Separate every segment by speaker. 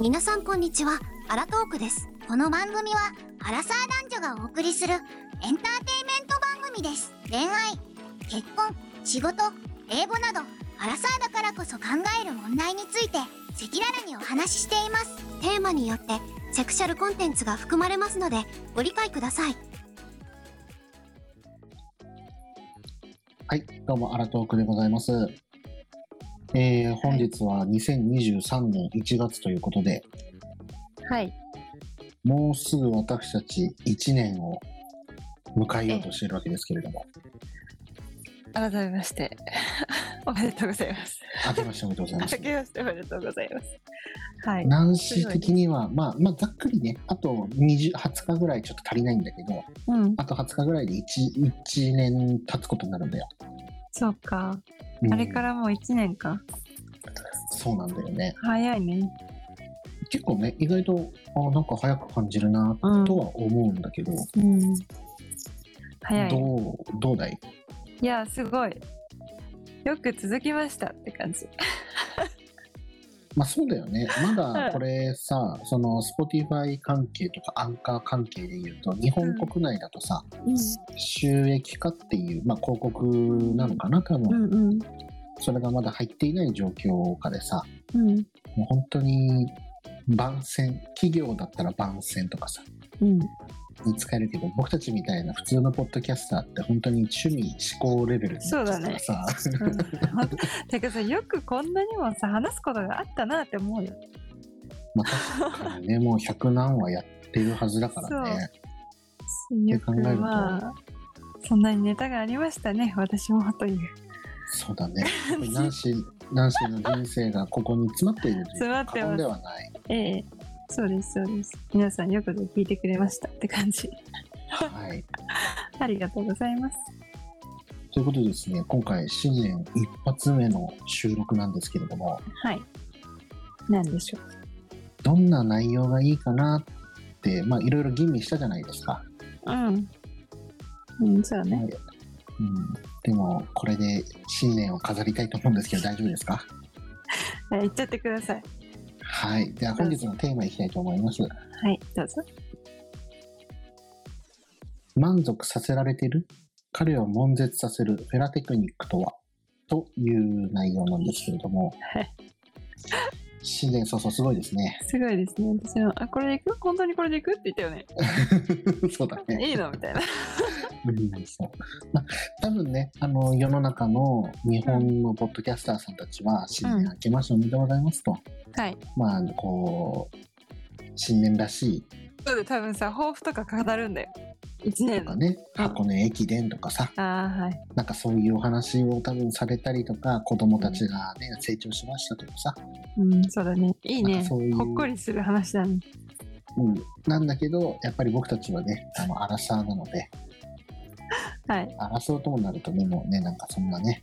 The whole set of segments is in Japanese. Speaker 1: 皆さんこんにちはアラトークですこの番組はアラサー男女がお送りするエンターテインメント番組です恋愛結婚仕事英語などアラサーだからこそ考える問題について赤裸々にお話ししていますテーマによってセクシャルコンテンツが含まれますのでご理解ください
Speaker 2: はい、どうも、アラトークでございます。えー、本日は2023年1月ということで、
Speaker 3: はい。
Speaker 2: もうすぐ私たち1年を迎えようとしているわけですけれども、
Speaker 3: 改めまして。 おめでとうございます。
Speaker 2: 明けましておめでとうご ざいま
Speaker 3: あ
Speaker 2: す。
Speaker 3: けましておめでとうございます。はい。
Speaker 2: 男子的には、まあ、まあ、ざっくりね、あと 20, 20日ぐらいちょっと足りないんだけど、
Speaker 3: うん。
Speaker 2: あと20日ぐらいで 1, 1年経つことになるんだよ。
Speaker 3: そうか。
Speaker 2: うん
Speaker 3: あれからもう1年か。
Speaker 2: そうなんだよね。
Speaker 3: 早いね。
Speaker 2: 結構ね、意外と、あなんか早く感じるな、
Speaker 3: うん
Speaker 2: とは思うんだけど、
Speaker 3: うん。早い。
Speaker 2: どう、どうだい
Speaker 3: いや、すごい。よく続きましたって感じ。
Speaker 2: まあそうだよね。ま
Speaker 3: う
Speaker 2: だ
Speaker 3: ん
Speaker 2: これさ、その Spotify 関係とかアンカー関係で言うと、日本国内だとさ、収益化っていう、まあ広告なのかな、多
Speaker 3: う
Speaker 2: 分。
Speaker 3: んうん。
Speaker 2: それがまだ入っていない状況下でさ、
Speaker 3: うん。
Speaker 2: もう本当に番宣、企業だったら番宣とかさ、
Speaker 3: うん。
Speaker 2: に使えるけど、僕たちみたいな普通のポッドキャスターって本当に趣味、思考レベルになっちゃからさ、
Speaker 3: てかさ、よくこんなにもさ、話すことがあったなって思うよ。
Speaker 2: まあ確かにね、もう100何話やってるはずだからね。
Speaker 3: よく
Speaker 2: 考えると
Speaker 3: まあ、そんなにネタがありましたね、私もという。
Speaker 2: そうだね。ナンシー、ナンシーの人生がここに詰まっているという
Speaker 3: 詰まっ
Speaker 2: 過
Speaker 3: て
Speaker 2: 言
Speaker 3: ます
Speaker 2: で。はない。
Speaker 3: ええ、そうです、そうです。皆さんよくぞ聞いてくれましたって感じ。
Speaker 2: はい。
Speaker 3: ありがとうございます。
Speaker 2: ということでですね、今回新年一発目の収録なんですけれども、
Speaker 3: はい。なんでしょう。
Speaker 2: どんな内容がいいかなって、まあいろいろ吟味したじゃないですか。
Speaker 3: うん。うん、そうね。
Speaker 2: はいうん、でも、これで新年を飾りたいと思うんですけど、大丈夫ですか
Speaker 3: はい、言っちゃってください。
Speaker 2: はい。では本日のテーマいきたいと思います。
Speaker 3: はい、どうぞ。
Speaker 2: 満足させられてる彼を悶絶させるフェラテクニックとはという内容なんですけれども
Speaker 3: はい、
Speaker 2: 新年早々すごいです ね。
Speaker 3: すごいですね。私も、あ、これでいく本当にこれでいくって言ったよね。
Speaker 2: そうだね。
Speaker 3: いいのみたいな。
Speaker 2: うんそうまあ多分ね、あの、世の中の日本のポッドキャスターさんたちは、新年明けましておめでとうございますと、
Speaker 3: はい。
Speaker 2: まあ、こう、新年らしい
Speaker 3: そうで、多分さ、抱負とか語るんだよ。
Speaker 2: と
Speaker 3: 一年
Speaker 2: か
Speaker 3: の。
Speaker 2: ね、
Speaker 3: うん
Speaker 2: 箱根駅伝とかさ、
Speaker 3: ああ、はい。
Speaker 2: なんかそういうお話を多分されたりとか、子供たちがね、成長しましたとかさ、
Speaker 3: うん、そうだね。いい
Speaker 2: なん
Speaker 3: ね。
Speaker 2: かそういう
Speaker 3: ほっこりする話だね。
Speaker 2: うん、なんだけどやっぱり僕たちはねあのアラサーなので
Speaker 3: はい。
Speaker 2: 争うともなるとねもうねなんかそんな ね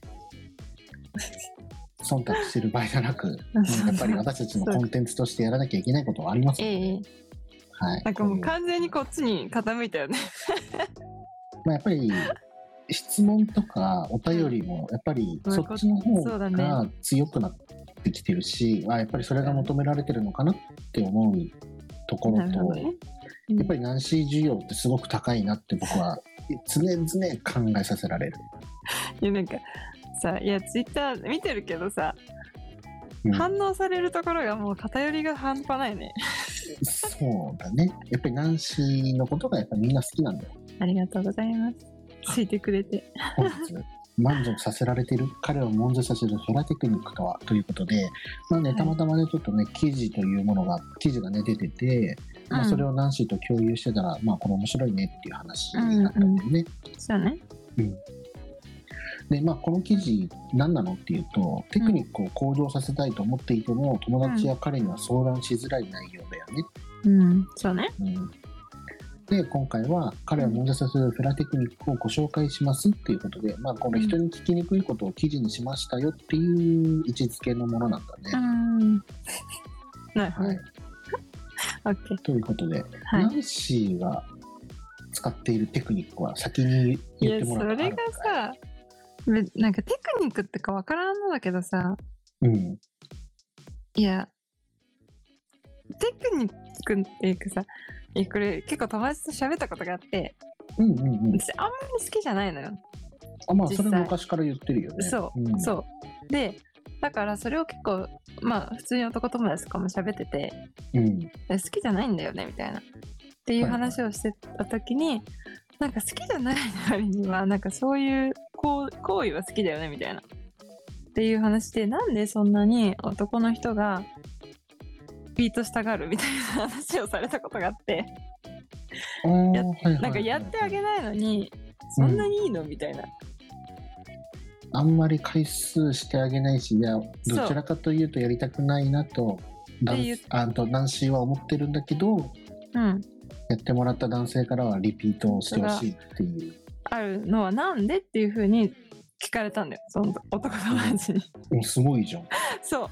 Speaker 2: 忖度してる場合じゃなくやっぱり私たちのコンテンツとしてやらなきゃいけないことはあります、
Speaker 3: ええ。
Speaker 2: はい、
Speaker 3: なんかもう
Speaker 2: こ
Speaker 3: 完全にこっちに傾いたよね。
Speaker 2: ういうまあ、やっぱり質問とかお便りもやっぱりそっちの方
Speaker 3: そうだね
Speaker 2: が強くなってきてるし、あやっぱりそれが求められてるのかなって思うとこ
Speaker 3: な
Speaker 2: ろ
Speaker 3: る
Speaker 2: と
Speaker 3: ほど、ね。
Speaker 2: やっぱりナンシー需要ってすごく高いなって僕は常々考えさせられる。
Speaker 3: いやなんかさいやツイッター見てるけどさ、
Speaker 2: うん
Speaker 3: 反応されるところがもう偏りが半端ないね
Speaker 2: そうだね。やっぱりナンシーのことがやっぱみんな好きなん だよ。
Speaker 3: ありがとうございますついてくれて
Speaker 2: 本日満足させられてる彼を悶絶させるフェラテクニックとはということで、まあね、
Speaker 3: はい
Speaker 2: たまたまねちょっとね記事というものが記事がね出てて、まあ、
Speaker 3: うん
Speaker 2: それをナンシーと共有してたら、まあこれ面白いねっていう話になったんだよね。
Speaker 3: そうね
Speaker 2: でまあこの記事何なのっていうとテクニックを向上させたいと思っていても、友達や彼には相談しづらい内容だよね
Speaker 3: うんそうね
Speaker 2: うんで今回は彼を悶絶させるフェラテクニックをご紹介しますっていうことで、まあ、この人に聞きにくいことを記事にしましたよっていう位置づけのものなんだ
Speaker 3: う
Speaker 2: ね。
Speaker 3: んなるほど、
Speaker 2: はい、
Speaker 3: オッケー
Speaker 2: ということで、
Speaker 3: はい
Speaker 2: ナンシーが使っているテクニックは先に
Speaker 3: い
Speaker 2: 言って
Speaker 3: やそ
Speaker 2: もらって
Speaker 3: れがさべなんかテクニックってかわからんのだけどさ
Speaker 2: うん、
Speaker 3: いやテクニックっていうかさいやこれ結構友達と喋ったことがあって
Speaker 2: うんうんうん。
Speaker 3: 私あんまり好きじゃないのよ、
Speaker 2: あ、まあ、
Speaker 3: 実
Speaker 2: そ
Speaker 3: 際
Speaker 2: れ昔から言ってるよね。
Speaker 3: そう、
Speaker 2: ん
Speaker 3: そうでだからそれを結構まあ普通に男友達とかも喋ってて
Speaker 2: うん。
Speaker 3: 好きじゃないんだよねみたいなっていう話をしてた時に、なんか好きじゃないのにはなんかそういう行行為は好きだよねみたいなっていう話でなんでそんなに男の人がビートしたがるみたいな話をされたことがあって
Speaker 2: あー
Speaker 3: や
Speaker 2: はいはいはい
Speaker 3: なんかやってあげないのにそんなにいいのみたいな、
Speaker 2: あんまり回数してあげないし、いや、どちらかというとやりたくないなと、男
Speaker 3: っていう
Speaker 2: あと男子は思ってるんだけど、
Speaker 3: うん、
Speaker 2: やってもらった男性からはリピートをしてほしいっていう。
Speaker 3: あるのはなんでっていうふうに聞かれたんだよその男友達に。
Speaker 2: もうすごいじゃん。
Speaker 3: そう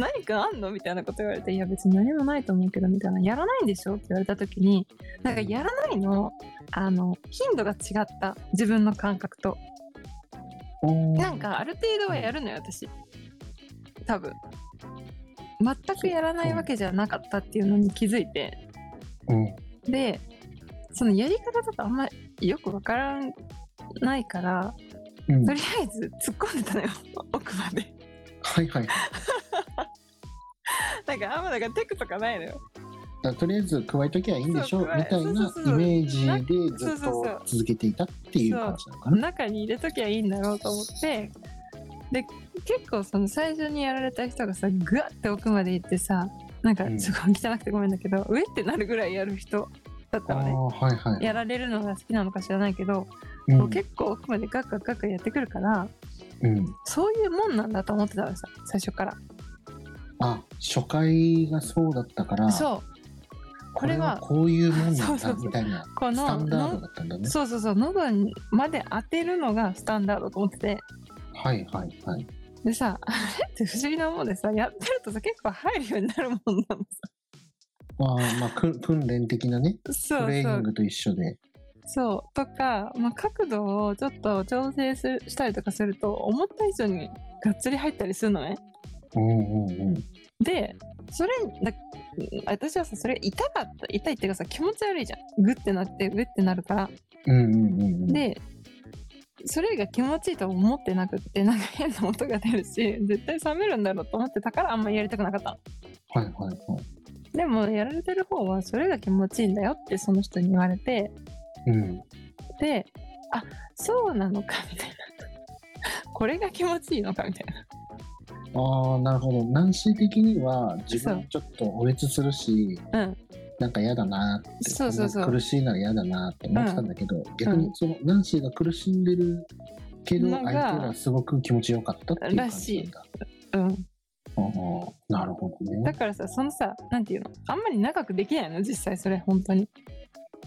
Speaker 3: 何かあんのみたいなこと言われて「いや別に何もないと思うけど」みたいな「やらないんでしょ?」って言われた時になんかやらないのあの頻度が違った自分の感覚と
Speaker 2: おー
Speaker 3: なんかある程度はやるのよ私多分全くやらないわけじゃなかったっていうのに気づいて
Speaker 2: うん。
Speaker 3: でそのやり方とかあんまりよくわからないから
Speaker 2: うん
Speaker 3: とりあえず突っ込んでたのよ 奥まで
Speaker 2: はいはい。だか
Speaker 3: なんかあんまだからテクとかないのよ
Speaker 2: らとりあえず加えときゃいいんでしょ
Speaker 3: そうう加え
Speaker 2: みたい
Speaker 3: そう
Speaker 2: な
Speaker 3: そう
Speaker 2: イ
Speaker 3: そう
Speaker 2: メージで
Speaker 3: そう
Speaker 2: ずっ
Speaker 3: そうそう
Speaker 2: と続けていたっていう感じなのかな。
Speaker 3: 中に入れときゃいいんだろうと思ってで結構その最初にやられた人がさグワッて奥まで行ってさなんか
Speaker 2: うん
Speaker 3: すごい汚くてごめんだけど、上ってなるぐらいやる人だった
Speaker 2: あ
Speaker 3: のね
Speaker 2: あはいはい。
Speaker 3: やられるのが好きなのか知らないけど、
Speaker 2: うん
Speaker 3: こう結構奥までガッガッガッガッやってくるから
Speaker 2: うん、
Speaker 3: そういうもんなんだと思ってたのさ最初から
Speaker 2: あ初回がそうだったから
Speaker 3: そ
Speaker 2: これは
Speaker 3: こ
Speaker 2: こういうもん
Speaker 3: そ
Speaker 2: な
Speaker 3: うんそ
Speaker 2: だ
Speaker 3: うそう
Speaker 2: みたいな
Speaker 3: うこ
Speaker 2: スタ
Speaker 3: の
Speaker 2: ンダード
Speaker 3: の
Speaker 2: だったんだね。
Speaker 3: そうそうそう喉にまで当てるのがスタンダードと思ってて
Speaker 2: はいはいはい。
Speaker 3: でさあれって不思議なもんでさやってるとさ結構入るようになるもんなのさ
Speaker 2: まあまあく訓練的なね
Speaker 3: そ
Speaker 2: ト
Speaker 3: う
Speaker 2: レー
Speaker 3: そ
Speaker 2: ニン
Speaker 3: う
Speaker 2: グと一緒で。
Speaker 3: そうとか、まあ、角度をちょっと調整するしたりとかすると思った以上にがっつり入ったりするのね
Speaker 2: うんうんうん。
Speaker 3: でそれだ私はさそれ痛かった痛いっていうかさ気持ち悪いじゃんグッてなってグッてなるから
Speaker 2: うんうんうんうん。
Speaker 3: でそれが気持ちいいとは思ってなくってなんか変な音が出るし絶対冷めるんだろうと思ってたからあんまりやりたくなかったの
Speaker 2: はいはいはい。
Speaker 3: でもやられてる方はそれが気持ちいいんだよってその人に言われて
Speaker 2: うん。
Speaker 3: であそうな のかみたいなこれが気持ちいいのかみたいな
Speaker 2: ああなるほど。男子的には自分ちょっとおえつするし
Speaker 3: うん
Speaker 2: なんか嫌だなって
Speaker 3: そうそうそう
Speaker 2: 苦しいなら嫌だなって思ってたんだけど、逆
Speaker 3: う
Speaker 2: にそのナンシーが苦しんでるけど
Speaker 3: の
Speaker 2: 相
Speaker 3: が
Speaker 2: 手がすごく気持ちよかったっていう感じなんだ。
Speaker 3: うん、
Speaker 2: ああなるほど
Speaker 3: だ
Speaker 2: ね。
Speaker 3: からさそのさなんていうのあんまり長くできないの実際それ本当に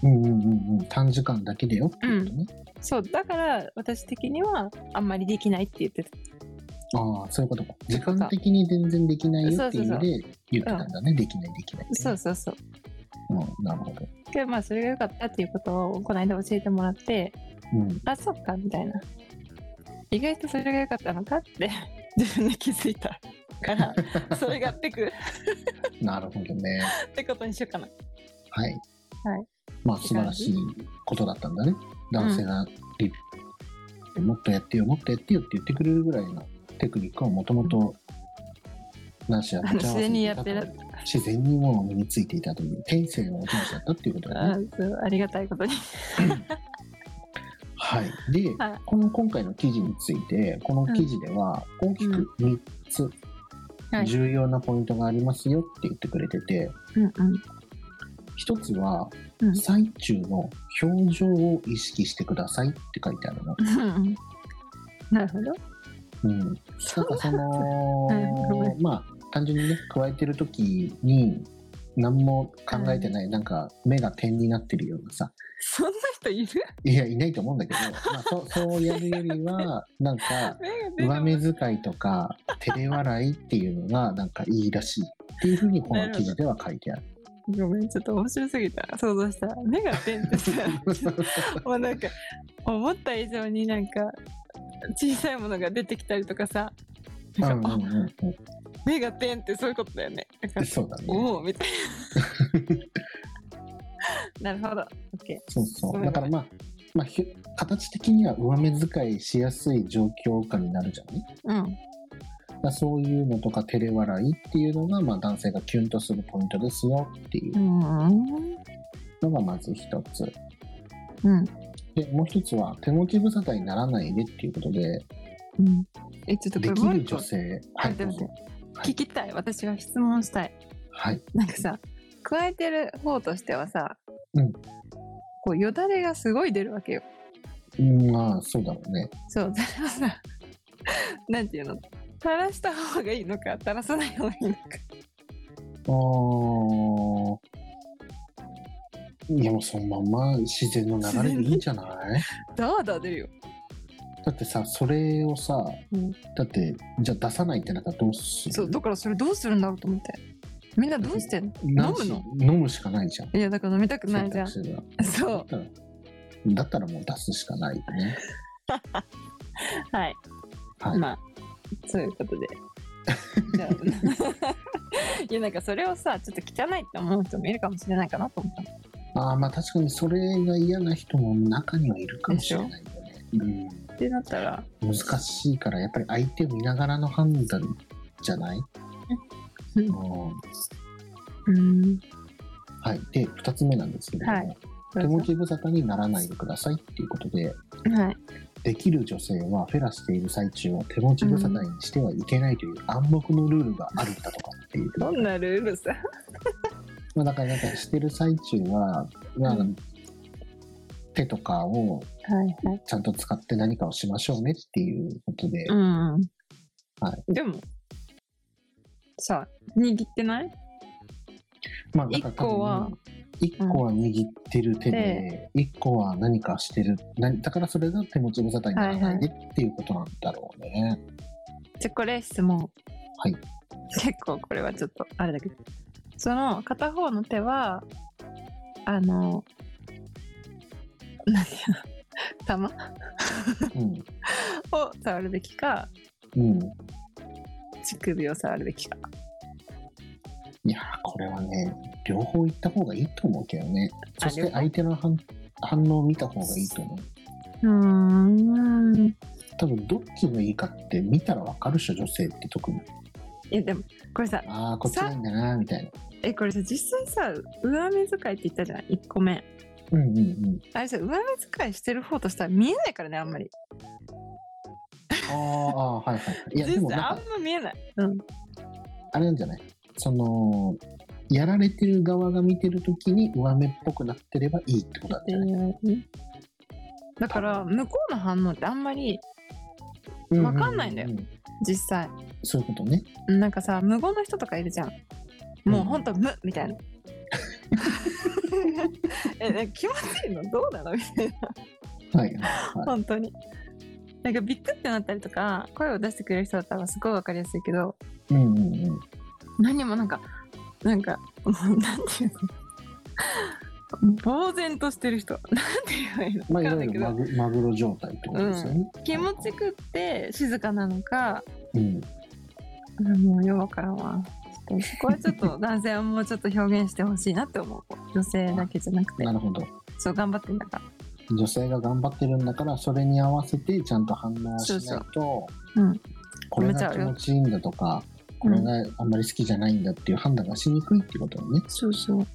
Speaker 2: うんうんうんうん短時間だけでよっていうことね。
Speaker 3: そうだから私的にはあんまりできないって言ってた
Speaker 2: ああそういうことか。
Speaker 3: そうい
Speaker 2: 時
Speaker 3: うこと
Speaker 2: 間的に全然できないよっていう意
Speaker 3: そうそう
Speaker 2: 味で言ってたんだね。できないできないって。
Speaker 3: そうそうそう
Speaker 2: うん、なるほど。
Speaker 3: でまあそれが良かったっていうことをこの間教えてもらって
Speaker 2: うん。
Speaker 3: あそっかみたいな意外とそれが良かったのかって自分で気づいたからそれがテクっ
Speaker 2: なるほどね。
Speaker 3: てことにしようかな
Speaker 2: はい。
Speaker 3: はい。
Speaker 2: まあ素晴らしいことだったんだね。男性がリ、もっとやってよもっとやってよって言ってくれるぐらいのテクニックをもともと男子は持ち合わせ
Speaker 3: 自然
Speaker 2: て
Speaker 3: に
Speaker 2: い
Speaker 3: や
Speaker 2: た
Speaker 3: っ
Speaker 2: と
Speaker 3: てる
Speaker 2: 自然にもう身についていたという天性のお話だったっていうことだね
Speaker 3: あ。そうありがたいことに
Speaker 2: はい、で、
Speaker 3: はい
Speaker 2: この今回の記事についてこの記事では大きく3つ
Speaker 3: はい
Speaker 2: 重要なポイントがありますよって言ってくれてて、
Speaker 3: うんうん
Speaker 2: 一つは
Speaker 3: うん
Speaker 2: 最中の表情を意識してくださいって書いてあるの。
Speaker 3: うんなるほど。
Speaker 2: うん、なんかその、
Speaker 3: はいごめん
Speaker 2: まあ単純にね加えてる時に何も考えてない、なんか目が点になってるようなさ
Speaker 3: そんな人いる
Speaker 2: いやいないと思うんだけど、まあ、そそうやるよりはなんか上目遣いとか照れ笑いっていうのがなんかいいらしいっていうふうにこの記事では書い てある。
Speaker 3: ごめん、ちょっと面白すぎた。想像した。目が点ってさ、 もうなんか、思った以上になんか、小さいものが出てきたりとかさ、
Speaker 2: う
Speaker 3: なんんか、
Speaker 2: うんうんうん
Speaker 3: 目が点ってそういうことだよね。だ から
Speaker 2: そうだね。
Speaker 3: おおみたい な。なるほど。オッケー。
Speaker 2: そうそ
Speaker 3: ご
Speaker 2: う。
Speaker 3: めん
Speaker 2: だからまあ、まあ、ひ形的には上目遣いしやすい状況下になるじゃない
Speaker 3: うん。。
Speaker 2: まあ、そういうのとか照れ笑いっていうのが、まあ、男性がキュンとするポイントですよっていううんのがまず一つ。
Speaker 3: うん。
Speaker 2: で、もう一つは手持ち無沙汰にならないでっていうことで、
Speaker 3: うん。え、ちょっとこ
Speaker 2: で
Speaker 3: れ
Speaker 2: き
Speaker 3: もう
Speaker 2: る
Speaker 3: 一個
Speaker 2: 女性。
Speaker 3: あ
Speaker 2: はい、
Speaker 3: で
Speaker 2: どう
Speaker 3: も
Speaker 2: ぞ。
Speaker 3: 聞きたい。私は質問したい。
Speaker 2: はい。
Speaker 3: なんかさ、加えてる方としてはさ、
Speaker 2: うん
Speaker 3: こうよだれがすごい出るわけよ。
Speaker 2: うん、まあ、そうだろうね。
Speaker 3: そう、それはさ、なんていうの垂らした方がいいのか、垂らさない方がいいのか。
Speaker 2: あーいや、もうそのまんま自然の流れでいいんじゃない
Speaker 3: ダーダー出るよ。
Speaker 2: だってさ、それをさ、
Speaker 3: うん
Speaker 2: だって、じゃあ出さないってなったらどうする
Speaker 3: そう、だからそれどうするんだろうと思って。みんなどうしてんの
Speaker 2: な
Speaker 3: 飲むの
Speaker 2: 飲むしかないじゃん。
Speaker 3: いや、だから飲みたくないじゃん。
Speaker 2: 選択肢が
Speaker 3: そ
Speaker 2: だ
Speaker 3: う。
Speaker 2: からだったらもう出すしかないよ ね。
Speaker 3: はい。
Speaker 2: はい。
Speaker 3: まあ、そういう ことで。じゃあ いや、なんかそれをさ、ちょっと汚いって思う人もいるかもしれないかなと思ったの。
Speaker 2: ああまあ確かにそれが嫌な人も中にはいるかもしれないよね。
Speaker 3: ってなったら、
Speaker 2: うん、難しいからやっぱり相手を見ながらの判断じゃない、
Speaker 3: うん
Speaker 2: うん
Speaker 3: うん。
Speaker 2: はい。で、2つ目なんですけれども、
Speaker 3: はい
Speaker 2: 手持ち無沙汰にならないでくださいっていうことで、
Speaker 3: はい。
Speaker 2: できる女性はフェラしている最中を手持ち無沙汰にしてはいけないという暗黙のルールがあるんだとかっていう。
Speaker 3: どんなルールさ。
Speaker 2: まあ、だからなんかしてる最中は、まあ
Speaker 3: う
Speaker 2: 手とかを
Speaker 3: はいはい。
Speaker 2: ちゃんと使って何かをしましょうねっていうことで、
Speaker 3: うん。
Speaker 2: は
Speaker 3: でも、さ、握ってない
Speaker 2: まあだから
Speaker 3: 一個は
Speaker 2: 一個は握ってる手で、一個は何かしてるなだからそれが手持ち無沙汰にならないでっていうことなんだろうね、
Speaker 3: じゃ、これ質問。
Speaker 2: はい。
Speaker 3: 結構これはちょっと、あれだけど。その、片方の手は、あの、何や、玉を触るべきか、
Speaker 2: うん、うん、
Speaker 3: 乳首を触るべきか。
Speaker 2: いやーこれはね両方行った方がいいと思うけどねそし
Speaker 3: 両
Speaker 2: て
Speaker 3: 方
Speaker 2: 相手の反反応を見た方がいいと思う
Speaker 3: うーん。
Speaker 2: 多分どっちがいいかって見たらわかるでしょ女性って特に
Speaker 3: いや、でも、これさ、
Speaker 2: ああこっちがいいんだなーみたいな
Speaker 3: え、これさ、実際さ、上目遣いって言ったじゃん、1個目。
Speaker 2: うんうんうん
Speaker 3: あれさ、上目遣いしてる方としたら見えないからね、あんまり。
Speaker 2: あーあーはいはいいやで
Speaker 3: 実
Speaker 2: も
Speaker 3: 際
Speaker 2: なん
Speaker 3: あ
Speaker 2: か
Speaker 3: んま見えない。うん。
Speaker 2: あれなんじゃないそのやられてる側が見てる時に上目っぽくなってればいいってことなんじゃない、
Speaker 3: だから、向こうの反応ってあんまり、
Speaker 2: う
Speaker 3: わかんないんだよ
Speaker 2: う
Speaker 3: 実際。
Speaker 2: そういうことね
Speaker 3: なんかさ、無言の人とかいるじゃん。もうほんと、無みたいな。え、なんか気持ちいいのどうなのみたいな。
Speaker 2: はいはいは
Speaker 3: 本当に。なんかビックってなったりとか声を出してくれる人だったらすごいわかりやすいけど
Speaker 2: いうんうんうん
Speaker 3: 何もなんかなんかもうなんていうの呆然としてる人なんて言えばいいの
Speaker 2: まあ
Speaker 3: わ
Speaker 2: い
Speaker 3: か
Speaker 2: わ
Speaker 3: んない
Speaker 2: ゆ
Speaker 3: け
Speaker 2: るマ
Speaker 3: ど
Speaker 2: グマグロ状態ってことですよね、
Speaker 3: 気持ちよくって静かなのか
Speaker 2: うん
Speaker 3: うんもうようわからんわちょっとそこはちょっと男性はもうちょっと表現してほしいなって思う女性だけじゃなくて
Speaker 2: なるほど
Speaker 3: そう頑張ってんだか
Speaker 2: 女性が頑張ってるんだからそれに合わせてちゃんと反応しないと
Speaker 3: そううん
Speaker 2: これが気持ちいいんだとかこ
Speaker 3: ら
Speaker 2: れがあんまり好きじゃないんだっていう判断がしにくいってことだね。
Speaker 3: そうそう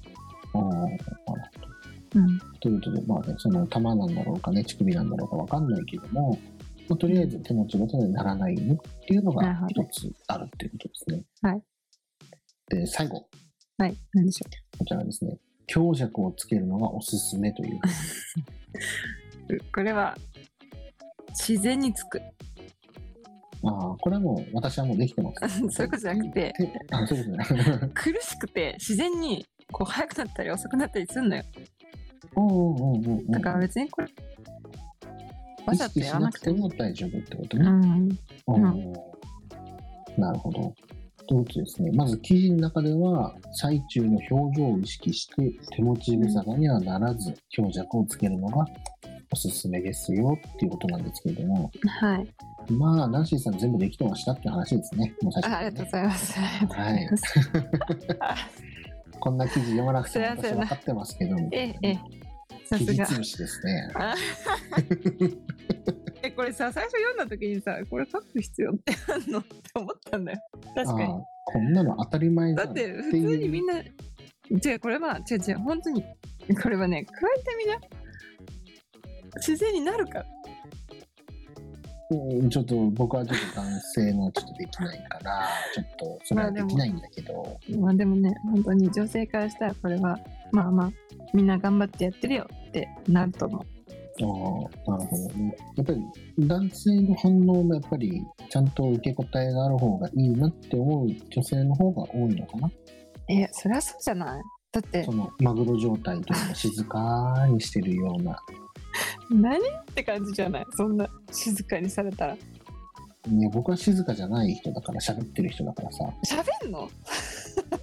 Speaker 2: うん
Speaker 3: うん
Speaker 2: ということで、まあね、その玉なんだろうかね、乳首なんだろうかわかんないけども、まあ、とりあえず手持ちごとにならないようにっていうの
Speaker 3: なる
Speaker 2: が
Speaker 3: ほ
Speaker 2: 一
Speaker 3: ど
Speaker 2: つあるっていうことですね。
Speaker 3: はい。
Speaker 2: で、最後、
Speaker 3: はい何でしょ
Speaker 2: こちらですね、強弱をつけるのがおすすめという。
Speaker 3: ううこれは自然につく
Speaker 2: まあ、これはもう私はもうできてます。
Speaker 3: そういうことじゃなくて
Speaker 2: であ、そうですね。
Speaker 3: 苦しくて自然にこう早くなったり遅くなったりするのよ
Speaker 2: うんうんうんうんうん。
Speaker 3: だから別にこれわ
Speaker 2: 意
Speaker 3: ざと
Speaker 2: 識し
Speaker 3: やら
Speaker 2: な
Speaker 3: な
Speaker 2: く
Speaker 3: く
Speaker 2: て
Speaker 3: て
Speaker 2: も
Speaker 3: も
Speaker 2: 大丈夫ってこと
Speaker 3: う
Speaker 2: ね。
Speaker 3: ん
Speaker 2: うんんなるほど。ということですね。まず記事の中では、最中の表情を意識して、手持ち無沙汰にはならず、強弱をつけるのがおすすめですよっていうことなんですけれども、
Speaker 3: はい
Speaker 2: まあ、ナンシーさん全部できてましたって話ですね。もう最初
Speaker 3: あ
Speaker 2: か
Speaker 3: あ
Speaker 2: ら
Speaker 3: りがとう
Speaker 2: ね
Speaker 3: ございます。
Speaker 2: はい。こんな記事読まなくても私分かってますけど、
Speaker 3: ええええ。さ
Speaker 2: 記
Speaker 3: す
Speaker 2: 事
Speaker 3: が。
Speaker 2: 潰しですね。
Speaker 3: あ えこれさ最初読んだ時にさこれ書く必要ってあんのって思ったんだよ確
Speaker 2: ああ
Speaker 3: かに
Speaker 2: こんなの当たり前じ
Speaker 3: だ
Speaker 2: ゃん。
Speaker 3: って普通にみんな違うこれは違う違う本当にこれはね加えてみな自然になるから
Speaker 2: うんちょっと僕はちょっと男性のちょっとできないから、ちょっとそれはできないんだけど、
Speaker 3: まあでもね本当に女性からしたらこれはまあまあみんな頑張ってやってるよってなると思う
Speaker 2: ああなるほどね。やっぱり男性の反応もやっぱりちゃんと受け答えがある方がいいなって思う女性の方が多いのかな。
Speaker 3: えそりゃそうじゃないだって
Speaker 2: そのマグロ状態というか静かにしてるような。
Speaker 3: 何って感じじゃないそんな静かにされたら
Speaker 2: ね、僕は静かじゃない人だから喋ってる人だからさ、
Speaker 3: 喋んの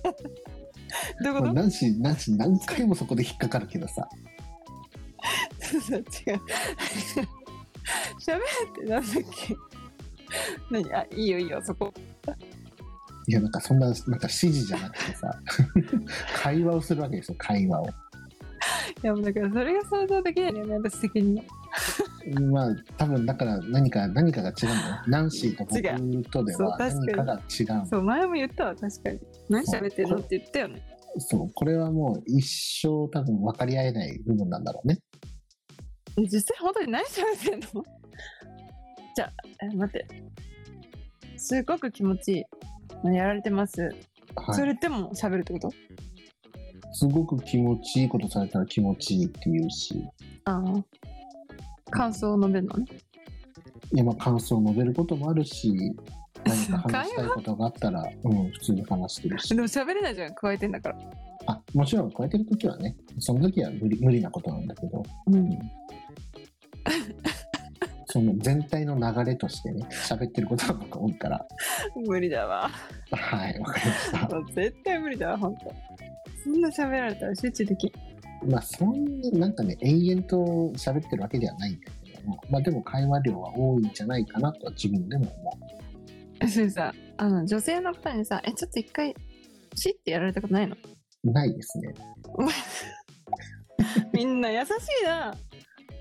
Speaker 3: どうい
Speaker 2: ま
Speaker 3: うこ
Speaker 2: あ、
Speaker 3: と
Speaker 2: 何し何し何回もそこで引っかかるけどさ
Speaker 3: 違う。喋るってなんだっけ 何あ、いいよいいよ、そこ。
Speaker 2: いやなんかそんななんか指示じゃなくてさ 会話をするわけですよ会話を。
Speaker 3: いや、もうだからそれが想像できないんだよね、私的に。
Speaker 2: まあ多分だから何か何かが違うんだよ。ナンシーと
Speaker 3: 違
Speaker 2: 僕とで
Speaker 3: そう
Speaker 2: は
Speaker 3: 確かに
Speaker 2: 何かが違うの
Speaker 3: そう、前も言ったわ、確かに。何喋ってんの
Speaker 2: そう
Speaker 3: って言ったよね。
Speaker 2: そうこれはもう一生多分分かり合えない部分なんだろうね。
Speaker 3: え実際本当に何喋ってんの じゃあ、え待って。すごく気持ちいい。やられてます。
Speaker 2: はい、
Speaker 3: それでも喋るってこと
Speaker 2: すごく気持ちいいことされたら気持ちいいって言うし、
Speaker 3: ああ。感想を述べるのね。
Speaker 2: いやまあ感想を述べることもあるし、何か話したいことがあったら、うん、普通に話してる
Speaker 3: で
Speaker 2: し、
Speaker 3: も喋れないじゃん、加えてんだから。
Speaker 2: あもちろん超えてる時はね、その時は無理無理なことなんだけど、
Speaker 3: うん。
Speaker 2: その全体の流れとしてね、喋ってることが僕は多いから、
Speaker 3: 無理だわ。
Speaker 2: はい、わかりました。
Speaker 3: 絶対無理だわ、ほんと。そんな喋られたら集中できん。
Speaker 2: まあそんななんかね延々と喋ってるわけではないんだけども、まあ、でも会話量は多いんじゃないかなとは自分でも思
Speaker 3: それさ、 あの、女性の方にさ、え、ちょっと一回、シってやられたことないの
Speaker 2: うないですね
Speaker 3: みんな優しいな。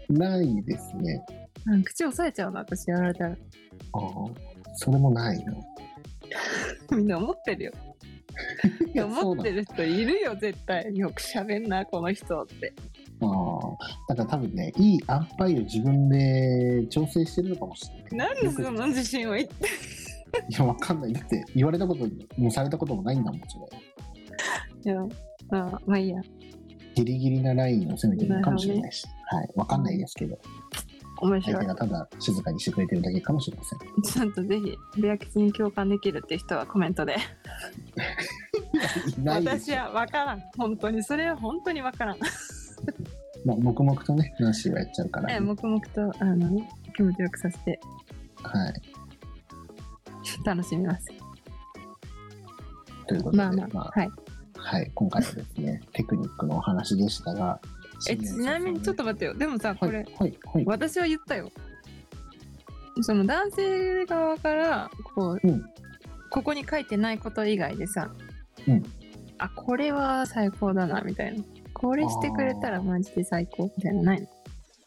Speaker 2: ないですね
Speaker 3: うん口押さえちゃうな、私やられたら。
Speaker 2: ああそれもないな
Speaker 3: みんな思ってるよ。
Speaker 2: いや
Speaker 3: 思って
Speaker 2: る
Speaker 3: る人いるよ、絶対。よく喋んな、この人って。
Speaker 2: ああだから多分ねいい安牌を自分で調整してるのかもしれない
Speaker 3: なんでその自信を言って。
Speaker 2: いやわかんないだって言われたこともされたこともないんだもんそれ
Speaker 3: いや、まあ、まあいいや。
Speaker 2: ギリギリなラインを攻めてるのかもしれないし、はいわかんないですけど
Speaker 3: 面
Speaker 2: 相
Speaker 3: 白
Speaker 2: 手
Speaker 3: い。
Speaker 2: がただ静かにしてくれてるだけかもしれません
Speaker 3: ちゃんとぜひ、ベアキツに共感できるって人はコメントで。
Speaker 2: いないです
Speaker 3: 私は分からん。本当に、それは本当に分からん。
Speaker 2: まあ、黙々とね、ナンシーはやっちゃうから、
Speaker 3: ええ黙々とあの気持ちよくさせて
Speaker 2: はい。
Speaker 3: 楽しみます。
Speaker 2: ということで、
Speaker 3: まあまあ、はい。
Speaker 2: はい、今回はですね、テクニックのお話でしたが、
Speaker 3: えちなみにちょっ
Speaker 2: と、
Speaker 3: と待ってよ。でもさこ
Speaker 2: はい、
Speaker 3: れ、
Speaker 2: はい、はい。
Speaker 3: 私は言ったよ。その男性側からこう、
Speaker 2: うん
Speaker 3: ここに書いてないこと以外でさ、
Speaker 2: うん
Speaker 3: あこれは最高だなみたいな。これしてくれた
Speaker 2: あ
Speaker 3: らマジで最高みたいなのないの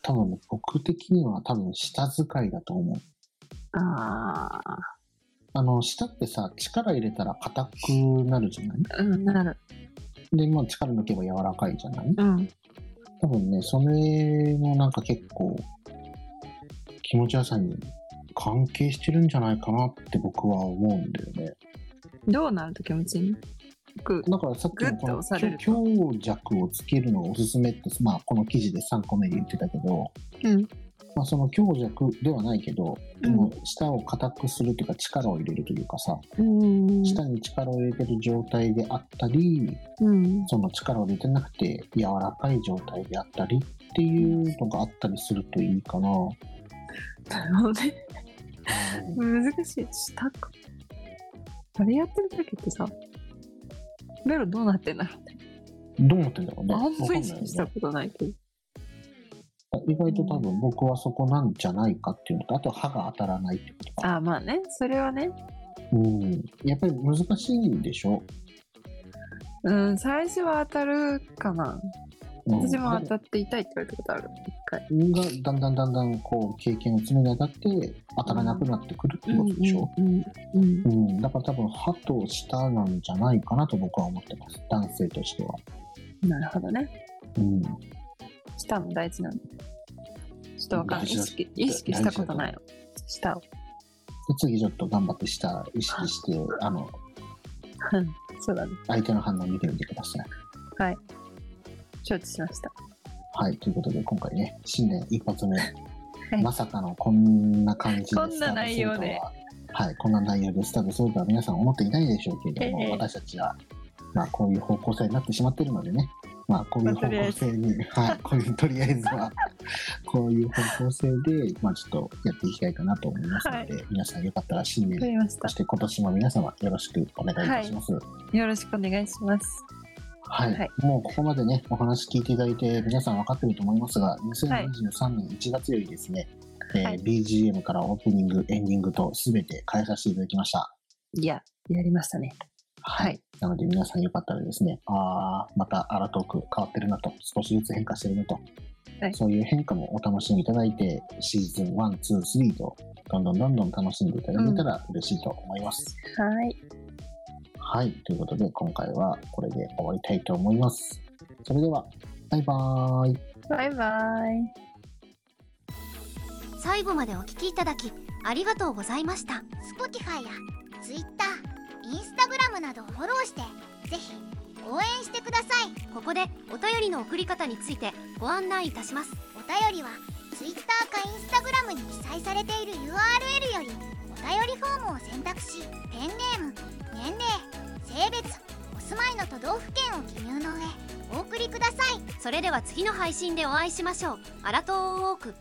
Speaker 2: 多分、僕的には多分、舌遣いだと思う。
Speaker 3: あ
Speaker 2: あの、舌ってさ、力入れたら硬くなるじゃない
Speaker 3: あ、うん、なる。
Speaker 2: で、まあ、力抜けば柔らかいじゃない
Speaker 3: うん。
Speaker 2: 多分ね、それもなんか結構、気持ちよさに関係してるんじゃないかなって僕は思うんだよね。
Speaker 3: どうなると気持ちいいの僕
Speaker 2: だからさっきのこ
Speaker 3: グッと
Speaker 2: の
Speaker 3: 押されると
Speaker 2: 強弱をつけるのがおすすめって、まあ、この記事で3個目で言ってたけど、
Speaker 3: うん。
Speaker 2: まあ、その強弱ではないけど、
Speaker 3: う
Speaker 2: で
Speaker 3: ん
Speaker 2: も舌を硬くするというか力を入れるというかさ、
Speaker 3: うん。
Speaker 2: 舌に力を入れてる状態であったり
Speaker 3: うん。
Speaker 2: その力を入れてなくて柔らかい状態であったりっていうのがあったりするといいかな。
Speaker 3: なるほどね。難しい。下か。あれやってる時ってさ、ベロどうなってんだろうね。
Speaker 2: どう思ってんだろうね。
Speaker 3: あんま
Speaker 2: わか
Speaker 3: り
Speaker 2: んないよ
Speaker 3: 意識
Speaker 2: ね
Speaker 3: したことないけど。
Speaker 2: 意外と多分僕はそこなんじゃないかっていうのと、あと歯が当たらないってことか。
Speaker 3: あまあねそれはね
Speaker 2: うん。やっぱり難しいんでしょ。
Speaker 3: うん最初は当たるかな
Speaker 2: うん、
Speaker 3: 私も当たって痛いって言われたことある一回
Speaker 2: がだんだんだんだんこう経験を積み上がって当たらなくなってくるってことでしょ、
Speaker 3: うんうんうん
Speaker 2: うんだから多分歯と舌なんじゃないかなと僕は思ってます男性としては、
Speaker 3: うんなるほどね
Speaker 2: うん、
Speaker 3: 舌も大事なんでちょっとわかんな
Speaker 2: 大
Speaker 3: い
Speaker 2: 事
Speaker 3: 意
Speaker 2: だ
Speaker 3: 識意識したことないよ舌を
Speaker 2: で次ちょっと頑張って舌意識して あの
Speaker 3: うんそうだね
Speaker 2: 相手の反応を見てみてください
Speaker 3: はい承知しました
Speaker 2: はいということで今回ね新年一発目、
Speaker 3: い
Speaker 2: まさかのこんな感じで
Speaker 3: こんな内容で
Speaker 2: スタートするとははい、こんな内容でスタートするとは皆さん思っていないでしょうけれども、
Speaker 3: ええ
Speaker 2: 私たちは、まあ、こういう方向性になってしまってるのでね、まあ、こういう方向性に、はい、こういうとりあえずは、こういう方向性で、まあ、ちょっとやっていきたいかなと思いますので、皆さんよかったら新
Speaker 3: わか
Speaker 2: 年、
Speaker 3: りまし
Speaker 2: そ
Speaker 3: た
Speaker 2: して今年も皆様よろしくお願いいたします。
Speaker 3: よろしくお願いします
Speaker 2: はい、
Speaker 3: はい
Speaker 2: もうここまでね、お話聞いていただいて、皆さん分かってると思いますが、2023年1月よりですね、えー
Speaker 3: はい
Speaker 2: BGM からオープニング、エンディングと全て変えさせていただきました。
Speaker 3: いややりましたねはい
Speaker 2: なので皆さんよかったらですね、ああ、またアラトーク変わってるなと、少しずつ変化してるなと、
Speaker 3: はい
Speaker 2: そういう変化もお楽しみいただいて、シーズン1、2、3と、どんどんどんどん楽しんでいただけたら嬉しいと思います。
Speaker 3: はい
Speaker 2: はい、ということで今回はこれで終わりたいと思います。それでは、バイバーイ。
Speaker 3: バイバイ
Speaker 1: 最後までお聞きいただきありがとうございました Spotify や Twitter、Instagram などをフォローしてぜひ応援してくださいここでお便りの送り方についてご案内いたしますお便りは Twitter か Instagram に記載されている URL よりお便りフォームを選択しペンネーム年齢性別お住まいの都道府県を記入の上お送りくださいそれでは次の配信でお会いしましょうアラトーウォーク